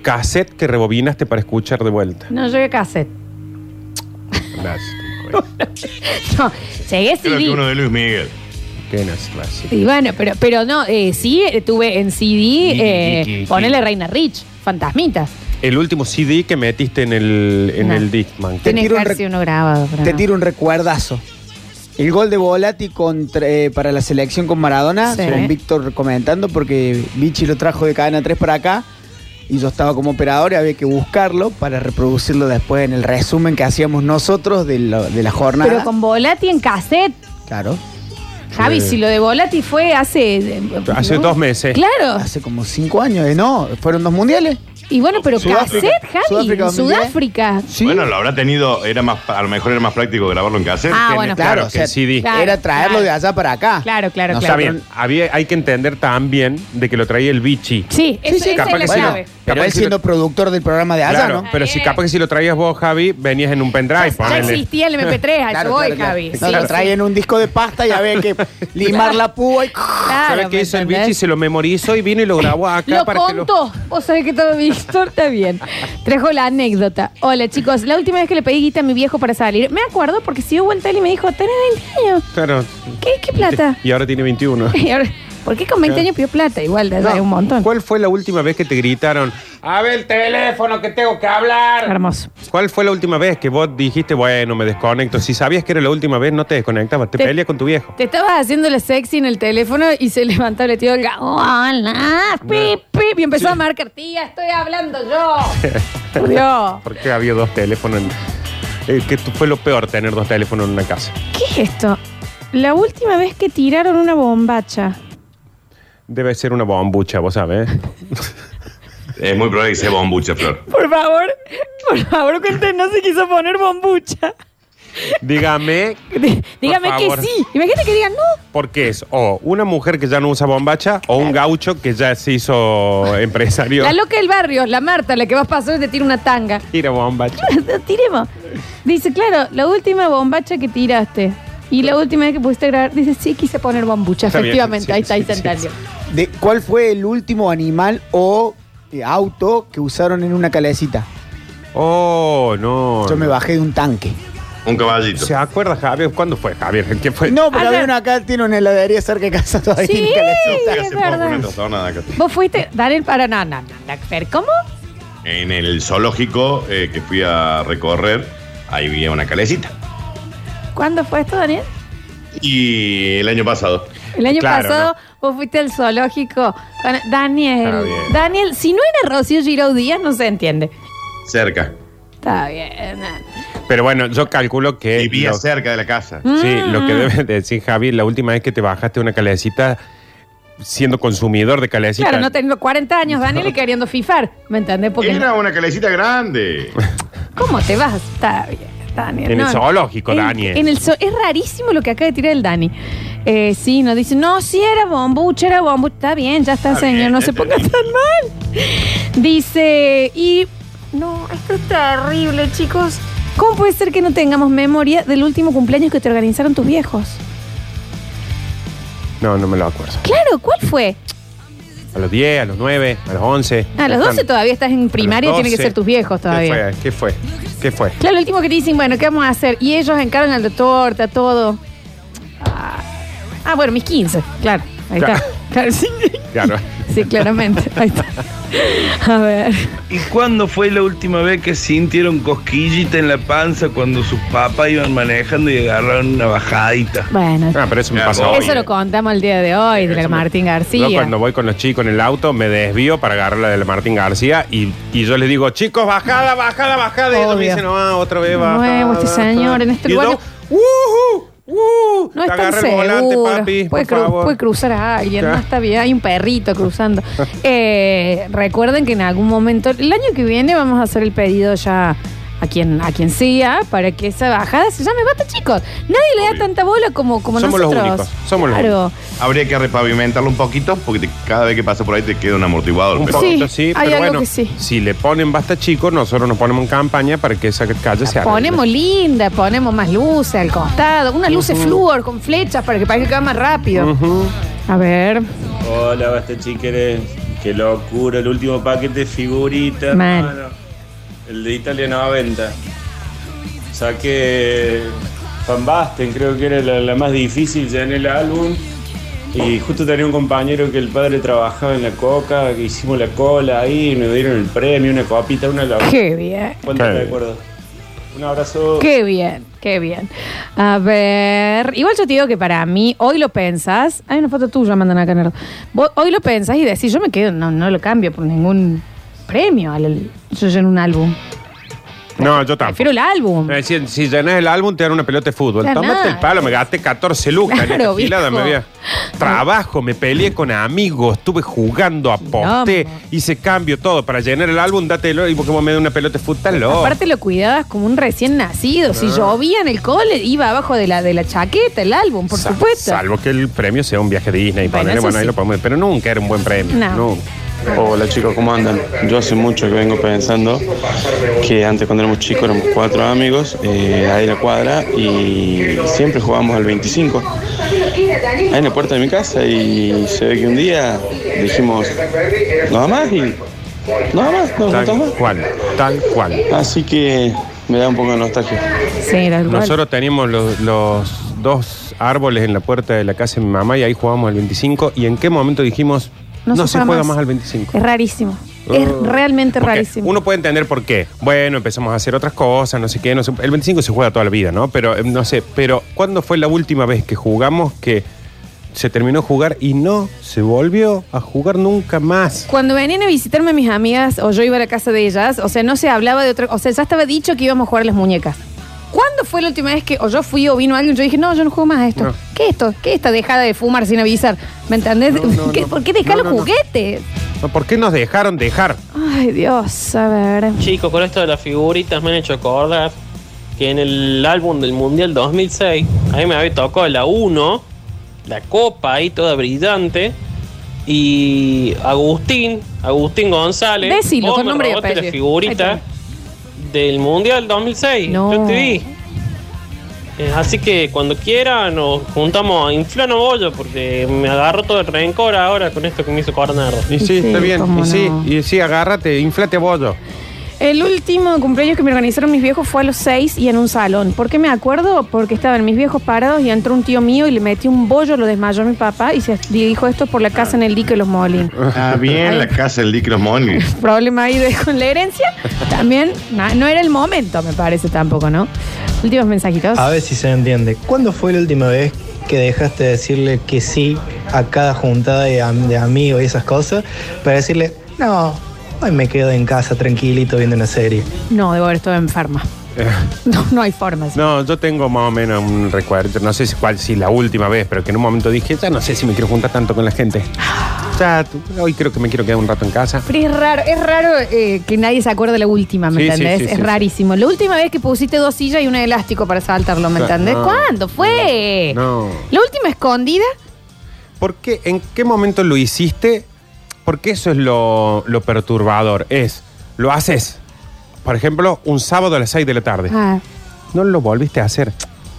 cassette que rebobinaste para escuchar de vuelta?
No llegué a cassette.
Clásico, eh.
<laughs> No, llegué
Creo que
CD.
uno de Luis Miguel.
Qué no es clásico.
Y bueno, pero, pero no, eh, sí eh, tuve en CD, eh,
sí, sí.
ponele Reina Rich, Fantasmitas.
El último CD que metiste en el, en
No.
el Discman.
Te
Tenés que
tiro un
haber
rec-
sido uno grabado. pero
Te
no.
tiro un recuerdazo. El gol de Volati contra, eh, para la selección con Maradona,
Sí.
con Víctor comentando, porque Vichy lo trajo de cadena 3 para acá y yo estaba como operador y había que buscarlo para reproducirlo después en el resumen que hacíamos nosotros de, lo- de la jornada.
Pero con Volati en cassette.
Claro,
Javi,
Sí.
si lo de Volati fue hace. eh,
Hace
¿no?
dos meses.
Claro.
hace como cinco años, eh, ¿no? Fueron dos mundiales.
Y bueno, pero
Sudáfrica.
cassette, Javi,
Sudáfrica
en
2010.
Sudáfrica.
Sí,
Bueno, lo habrá tenido, era más, a lo mejor era más práctico grabarlo en cassette.
Ah,
Tiene-
bueno.
claro,
Claro, o sea,
que CD.
claro,
era traerlo
claro.
de allá para acá.
Claro, claro,
No,
Está
claro.
bien, había, hay que entender también de que lo traía el bichi.
Sí,
Sí,
esa-
sí,
esa
capaz
es
que
la
sí.
Bueno,
clave.
pero
Capaz
él
que
siendo
lo-
productor del programa de allá,
Claro,
¿no?
pero si capaz que si lo traías vos, Javi, venías en un pendrive.
Eh. Ya
ponele.
existía el MP3, a eso
Claro,
voy,
claro, claro.
Javi.
No,
Sí,
lo traen un disco de pasta y
<laughs>
había que limar la púa y...
Claro,
¿Sabes qué
¿me
hizo el
entendés?
bichi? Se lo memorizó y vino y lo
<laughs>
grabó acá
Lo
para que lo.
contó. Vos sabés que todo Víctor está bien. <laughs> Trajo la anécdota. Hola, chicos. La última vez que le pedí guita a mi viejo para salir, me acuerdo porque se dio vuelta él y me dijo, tenés 20 años.
Claro.
¿Qué, qué plata? <laughs>
Y ahora tiene 21.
Y ahora, ¿Por qué con 20 años pidió plata? Igual, de un montón.
¿Cuál fue la última vez que te gritaron? A ver el teléfono que tengo que hablar.
Hermoso.
¿Cuál fue la última vez que vos dijiste, bueno, me desconecto? Si sabías que era la última vez, no te desconectabas. Te,
Te-
peleas con tu viejo.
Te estabas haciendo la sexy en el teléfono y se levantó el tío Olga. Hola, pip, pip. Y empezó a marcar, tía, estoy hablando
<laughs>
yo. Por Dios.
Porque había dos teléfonos. En, eh, que tú- fue lo peor tener dos teléfonos en una casa.
¿Qué es esto? La última vez que tiraron una bombacha.
Debe ser una bombucha, vos sabés.
Es muy probable que sea bombucha, Flor.
Por favor, por favor, cuéntenos si quiso poner bombucha.
Dígame.
Dígame
por
que
favor,
sí. Imagínate que digan no.
Porque es o una mujer que ya no usa bombacha o un gaucho que ya se hizo empresario.
La loca del barrio, la Marta, la que vas pasando y te tira una tanga.
Tira bombacha.
<laughs> Tiremos. Dice, claro, la última bombacha que tiraste. Y la última vez que pudiste grabar, dice, sí, quise poner bombucha.
Está bien,
Efectivamente,
sí,
ahí está, ahí
sí, sí,
Santander.
De, ¿Cuál fue el último animal o eh, auto que usaron en una calecita?
Oh, no.
Yo me bajé de un tanque.
Un caballito.
¿Se acuerda, Javier? ¿Cuándo fue, Javier? ¿Qué fue?
No, pero había una acá, tiene una heladería cerca de casa todavía.
Ah, Sí,
una calecita.
es verdad. Vos fuiste, Daniel, para, no, no, no, no, Fer, ¿cómo?
En el zoológico eh, que fui a recorrer, ahí había una calecita.
¿Cuándo fue esto, Daniel?
Y el año pasado.
El año
Claro,
pasado vos fuiste al zoológico. Bueno,
Está
Daniel,
bien.
Daniel, si no era Rocío Giraud Díaz, no se entiende.
Cerca.
Está bien. no.
Pero bueno, yo calculo que. Vivía
cerca de la casa.
Sí,
Eh, Mm.
lo que debe decir Javi, la última vez que te bajaste una calecita siendo consumidor de calecita.
Claro, no teniendo 40 años,
<laughs>
Daniel, y queriendo fifar. ¿Me entendés? Porque
Era una calecita
<laughs>
grande.
¿Cómo te vas? Está bien, Daniel.
En el
no,
zoológico,
en-
Daniel.
en el zo- es rarísimo lo que acaba de tirar el Dani. Eh, sí, nos dice, no, sí era bombucha, era bombucha. Está bien, ya está, señor, no se ponga tan mal. Dice, y... No, esto es terrible, chicos. ¿Cómo puede ser que no tengamos memoria del último cumpleaños que te organizaron tus viejos?
No, no me lo acuerdo.
Claro, ¿cuál fue?
A los 10, a los 9, a los 11.
A los 12 todavía estás en primaria, tienen que
12.
ser tus viejos todavía.
¿Qué fue? ¿Qué fue? ¿Qué fue?
Claro, el último que te dicen, bueno, ¿qué vamos a hacer? Y ellos encargan el de torta, todo. Ah, ah, bueno, mis 15, claro. Ahí está.
Claro.
Claro, <laughs> sí,
Claro. <laughs>
sí, claramente. Ahí está. A ver.
¿Y cuándo fue la última vez que sintieron cosquillita en la panza cuando sus papás iban manejando y agarraron una bajadita?
Bueno.
Ah, pero eso me pasa hoy.
Eso lo contamos el día de hoy, de la Martín
Yo
García.
cuando voy con los chicos en el auto me desvío para agarrar la de la Martín García y, y yo les digo, chicos, bajada, bajada, bajada. Y ellos me
Obvio.
dicen, no, ah, otra vez bajada.
Nuevo este señor en este
Y
lugar.
yo,
no es tan
agarra el volante,
seguro.
papi, por
puede, cru-
favor.
puede cruzar a alguien,
Claro.
no está bien. Hay un
<laughs>
perrito cruzando. Eh, recuerden que en algún momento, el año que viene, vamos a hacer el pedido ya a quien, a quien sea para que esa bajada se llame bata, chicos. Nadie le da tanta bola como, como
Somos los
nosotros.
únicos, somos los
Claro.
Habría que repavimentarlo un poquito porque te- cada vez que pasa por ahí te queda un amortiguador.
Un
pero-
poquito,
Sí,
sí,
hay
pero
algo
bueno,
que sí.
si le ponen basta chicos, nosotros nos ponemos en campaña para que esa calle se arregle.
Ponemos linda, ponemos más luces al costado, unas luces flúor con flechas para que parezca que va más rápido. A ver.
Hola, basta chiqueres. Qué locura, el último paquete de figuritas.
Mal.
hermano. El de Italia 90. Saqué Van Basten, creo que era la, la más difícil ya en el álbum. Y justo tenía un compañero que el padre trabajaba en la coca, que hicimos la cola ahí, me dieron el premio, una copita, una locura.
Qué bien.
¿Cuánto
Qué
te
bien.
acuerdo? Un abrazo.
Qué bien, qué bien. A ver, igual yo te digo que para mí, hoy lo pensás, hay una foto tuya, mandan acá Nardo. Vos Hoy lo pensás y decís, yo me quedo, no, no lo cambio por ningún premio, al- al- yo lleno un álbum.
No, yo tampoco.
Prefiero el álbum.
Eh, Si, si llenas el álbum, te dan una pelota de fútbol.
Ya
Tómate
nada.
el palo, me gasté 14 lucas en
Claro,
esta gilada,
viejo.
me voy a- Trabajo, me peleé con amigos, estuve jugando, aposté, hice cambio, todo. Para llenar el álbum, dátelo y porque vos me das una pelota de fútbol, estás loco.
Aparte lo cuidabas como un recién nacido, si
Ah.
llovía en el cole, iba abajo de la, de la chaqueta el álbum, por
Sa-
supuesto.
Salvo que el premio sea un viaje a Disney.
Bueno,
ponele,
eso
bueno, ahí
sí.
lo podemos- Pero nunca era un buen premio.
No.
Hola chicos, ¿cómo andan? Yo hace mucho que vengo pensando que antes cuando éramos chicos éramos cuatro amigos eh, ahí en la cuadra y siempre jugábamos al 25 ahí en la puerta de mi casa y se ve que un día dijimos nada más y nada más, nos
Tal
juntamos más.
cual, tal cual.
Así que me da un poco de nostalgia.
Sí, tal cual.
Nosotros teníamos los, los dos árboles en la puerta de la casa de mi mamá y ahí jugábamos al 25. ¿Y en qué momento dijimos, no, se, juega más al 25?
Es rarísimo, Este es
Uh.
realmente
Porque
rarísimo.
Uno puede entender por qué. Bueno, empezamos a hacer otras cosas, no sé qué. no sé- el 25 se juega toda la vida, ¿no? Pero eh, no sé. Pero ¿cuándo fue la última vez que jugamos que se terminó de jugar y no se volvió a jugar nunca más?
Cuando venían a visitarme mis amigas o yo iba a la casa de ellas, o sea, no se hablaba de otra, o sea, ya estaba dicho que íbamos a jugar a las muñecas. ¿Cuándo fue la última vez que o yo fui o vino alguien? Yo dije, no, yo no juego más a esto.
No.
¿Qué es esto? ¿Qué es esta dejada de fumar sin avisar? ¿Me entendés? <laughs> ¿Qué- ¿Por qué dejar
No,
los
no, no.
juguetes?
No, ¿Por qué nos dejaron dejar?
Ay, Dios, a ver.
Chicos, con esto de las figuritas me han hecho acordar que en el álbum del Mundial 2006, a mí me había tocado la 1, la copa ahí toda brillante, y Agustín, Agustín González,
Decilo,
vos
con
me
nombre y
robaste la
apellido. Ahí
figurita del Mundial 2006, yo te di. Eh, Así que cuando quiera nos juntamos a inflano bollo porque me agarro todo el rencor ahora con esto que me hizo Cornardo.
Y sí, está bien. Y
cómo
sí,
no.
y sí, agárrate, inflate bollo.
El último cumpleaños que me organizaron mis viejos fue a los seis y en un salón. ¿Por qué me acuerdo? Porque estaban mis viejos parados y entró un tío mío y le metió un bollo, lo desmayó a mi papá y se dijo esto por la casa en el dique y los
<laughs>
molin.
Ah, bien, la casa del Licros Money.
Problema ahí de, con la herencia. También na- no era el momento, me parece tampoco, ¿no? Últimos mensajitos.
A ver si se entiende. ¿Cuándo fue la última vez que dejaste de decirle que sí a cada juntada de, am- de amigos y esas cosas para decirle, no, hoy me quedo en casa tranquilito viendo una serie?
No, debo haber estado
<laughs>
enferma. No, no hay forma.
No, yo tengo más o menos un recuerdo, no sé si cuál, si la última vez, pero que en un momento dije, ya no sé si me quiero juntar tanto con la gente. Ya, tú- hoy creo que me quiero quedar un rato en casa.
Pero es raro, es raro eh, que nadie se acuerde de la última, ¿me
Sí, sí,
entendés?
sí,
es
sí,
rarísimo. La última vez que pusiste dos sillas y un elástico para saltarlo, ¿me
Claro,
entendés?
no.
¿Cuándo fue?
No.
La última escondida,
¿Por qué? ¿En qué momento lo hiciste? Porque eso es lo, lo perturbador. Es, lo haces, por ejemplo, un sábado a las 6 de la tarde.
Ah.
No lo volviste a hacer.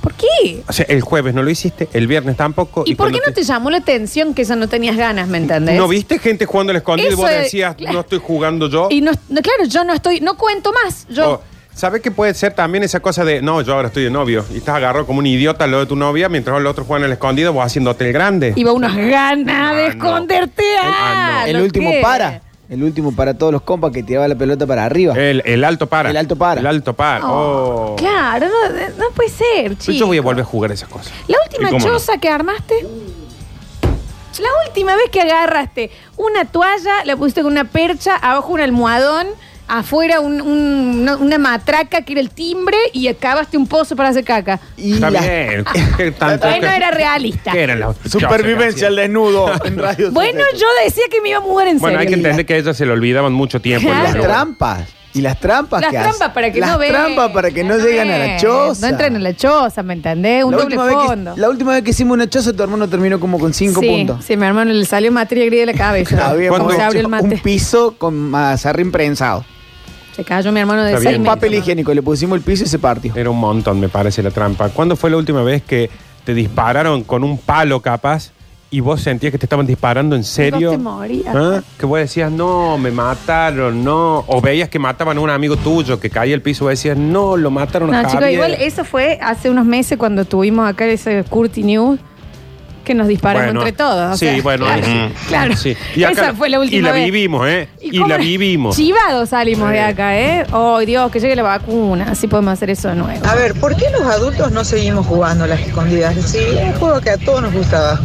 ¿por qué?
O sea, el jueves no lo hiciste, el viernes tampoco.
¿Y, por qué
Oh, cuando
no te llamó la atención que ya no tenías ganas, ¿me entendés?
¿No viste gente jugando al escondido y
Eso
vos
es-
decías, no estoy jugando yo?
Y no, no, claro, yo no estoy, no cuento más. Yo,
O, ¿Sabes qué puede ser también esa cosa de, no, yo ahora estoy de novio y estás agarrado como un idiota al lado de tu novia mientras los otros juegan al escondido, vos haciendo hotel grande?
iba unas ganas de esconderte. Ah,
El
¿lo
último
qué?
para. El último para todos los compas que tiraba la pelota para arriba.
El, el alto para.
El alto para.
El alto par.
Oh,
Oh.
Claro, no, no puede ser,
Pero Yo
chico.
voy a volver a jugar esas cosas.
La última
¿Y cómo no?
choza que armaste. La última vez que agarraste una toalla, la pusiste con una percha, abajo un almohadón, afuera un- un- una, una matraca que era el timbre y acabaste un pozo para hacer caca.
Está bien.
<laughs>
¿Qué tanto
Bueno,
que- <laughs>
era realista.
¿Qué eran las
<laughs> Supervivencia al <laughs> desnudo en radio.
Bueno, yo decía que me iba a mudar en
Bueno, hay que
serio.
entender que a ellas se le olvidaban mucho tiempo.
Claro.
Las
trampas. Y las trampas
Las
que
trampas
hacen.
para que
Las
no vean.
trampas para que no, llegan a
Eh,
la choza.
No entren a la choza, ¿me entendés? Un
la,
doble
última vez
fondo.
que, la última vez que hicimos una choza, tu hermano terminó como con cinco
sí,
puntos.
Sí, mi hermano le salió materia gris de la
<laughs>
cabeza.
Habíamos
Cuando se abrió el
hecho un
mate.
piso con mazarrín prensado.
Se cayó mi hermano de
Está
seis
bien.
metros.
Papel higiénico, le pusimos el piso y se partió.
Era un montón, me parece, la trampa. ¿Cuándo fue la última vez que te dispararon con un palo capaz y vos sentías que te estaban disparando en serio?
te morías.
¿Ah? Que vos decías, no, me mataron, no. O veías que mataban a un amigo tuyo que caía al piso y vos decías, no, lo mataron a
No, chicos,
Javier.
igual eso fue hace unos meses cuando tuvimos acá ese Curti News que nos disparamos
Bueno,
entre todos. o
Sí,
sea, <laughs>
bueno,
claro.
ahí sí.
Claro.
Sí.
Esa fue la última
Y la
vez.
vivimos, ¿eh? Y,
cómo
la
no-
vivimos.
Chivados salimos de acá, ¿eh? Ay, Dios, que llegue la vacuna. Así podemos hacer eso de nuevo.
A ver, ¿por qué los adultos no seguimos jugando las escondidas? Sí, era un juego que a todos nos gustaba.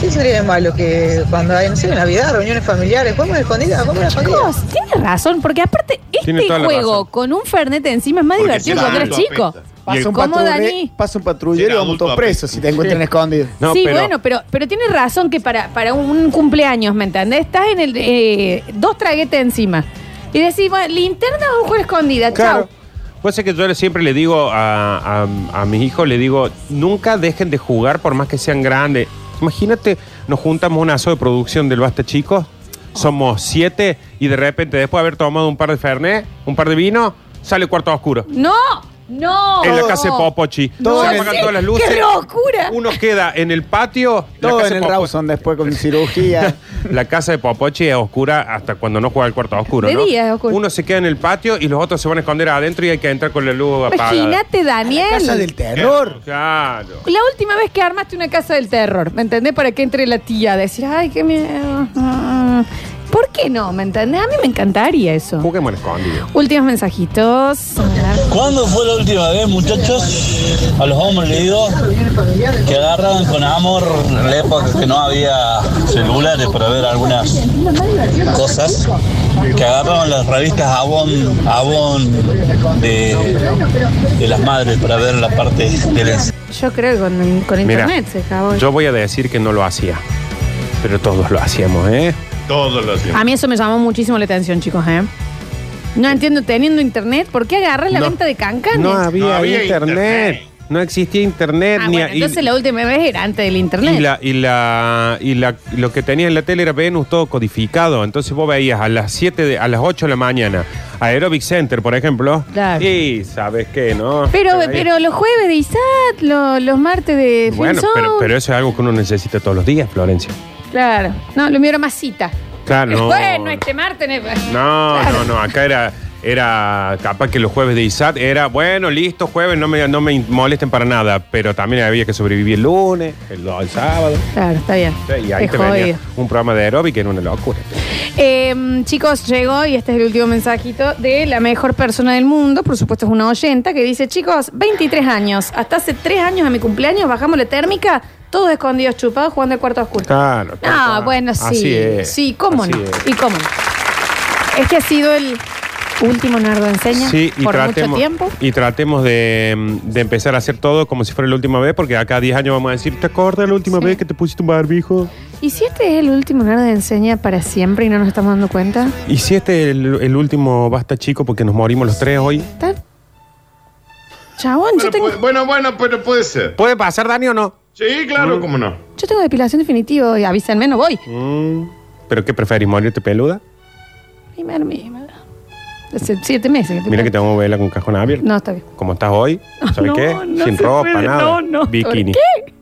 ¿Qué sería de malo que cuando hay, no sé, Navidad, reuniones familiares, jugamos a escondidas, jugamos a la escondida?
Chicos, tiene razón, porque aparte
Tiene
este
toda la
juego
razón.
con un fernet encima es más
Porque
divertido
si
cuando eres
adulto
chico.
Pasa un,
¿Cómo,
patrulle-
Dani?
pasa un patrullero y vamos todos presos si te encuentran escondido.
sí, bueno, pero, pero tiene razón que para, para un cumpleaños, ¿me entendés? Estás en el. eh, dos traguetes encima. Y decís, bueno, linterna o un juego escondida,
Claro.
chao.
Pues es que yo siempre le digo a, a- a mis hijos, le digo, nunca dejen de jugar por más que sean grandes. Imagínate, nos juntamos un aso de producción del Basta Chicos, somos siete y de repente después de haber tomado un par de Fernet, un par de vino, sale cuarto oscuro.
¡No! ¡No!
En la casa de Popochi.
Todo
se
en el-
apagan todas las luces.
¡Qué locura!
Uno queda en el patio. la
Todo
casa
en
de
el
Popo-
Rawson después
<laughs>
con cirugía.
La casa de Popochi es oscura hasta cuando no juega el cuarto oscuro,
De
¿no?
día es oscuro.
Uno se queda en el patio y los otros se van a esconder adentro y hay que entrar con la luz apagada.
Imagínate, Daniel.
terror. Claro.
La última vez que armaste una casa del terror, ¿me entendés? Para que entre la tía a decir, ay, qué miedo. Mm. ¿Por qué no? ¿Me entendés? A mí me encantaría eso.
Juguemos escondido.
Últimos mensajitos. A ver.
¿Cuándo fue la última vez, muchachos? A los hombres le digo que agarran con amor la época que no había celulares para ver algunas cosas. Que agarraban las revistas Avon, Avon de, de las madres para ver la parte del ens-
Yo creo que con, con
Mira,
internet se acabó.
Yo voy a decir que no lo hacía. Pero todos lo hacíamos, ¿eh?
Todos lo
Ah,
A mí eso me llamó muchísimo la atención, chicos, ¿eh?
No entiendo, teniendo internet, ¿por qué agarras la
No.
venta de cancanes?
No había, internet. No existía internet.
Ah,
ni
bueno,
y-
entonces la última vez era antes del internet.
Y la, y la, y la, lo que tenía en la tele era Venus todo codificado. Entonces vos veías a las 7 de, a las 8 de la mañana, Aerobic Center, por ejemplo.
Claro.
Y sabes qué, ¿no?
Pero,
Ahí-
pero los jueves de ISAT, lo- los martes de
Bueno,
Film
pero,
Zone.
pero eso es algo que uno necesita todos los días, Florencia.
Claro. No, lo mío era más cita. <laughs>
Claro, Ah, no.
Bueno, este martes. ¿no?
No, no, no. Acá era, era capaz que los jueves de ISAT era, bueno, listo, jueves, no me, no me molesten para nada. Pero también había que sobrevivir el lunes, el, el sábado.
Claro, está bien.
Sí, Y ahí
Qué
te venía
jodido.
un programa de aeróbic que era una locura.
Eh, chicos, llegó y este es el último mensajito de la mejor persona del mundo, por supuesto es una oyenta, que dice, chicos, 23 años, hasta hace 3 años a mi cumpleaños bajamos la térmica, todos escondidos chupados jugando al cuarto oscuro.
Claro. tal
Ah,
cual.
bueno, sí.
Así es.
Sí, cómo
Así
no.
es.
Y cómo no. Este ha sido el último Nardo Enseña
Sí, y
por mucho
tratemos,
tiempo.
y tratemos de, mm, de empezar a hacer todo como si fuera la última vez, porque acá a 10 años vamos a decir, ¿te acuerdas la última vez que te pusiste un barbijo?
¿Y si este es el último Nardo Enseña para siempre y no nos estamos dando cuenta?
¿Y si este es el, el último basta chico porque nos morimos los tres hoy?
Chabón, yo, tengo,
Bueno, bueno, pero puede ser.
¿Puede pasar, Dani, o no?
Sí, claro, cómo no.
yo tengo depilación definitiva y avísenme, no voy.
Mm, ¿Pero qué preferís, morirte peluda?
Y me armé, me- Hace siete meses.
Mira que te vamos a verla con cajón abierto.
No, está bien.
Como estás hoy, ¿sabes
<laughs> No,
qué?
no
Sin
se
ropa,
puede,
nada.
no, no.
Bikini.
¿Por qué?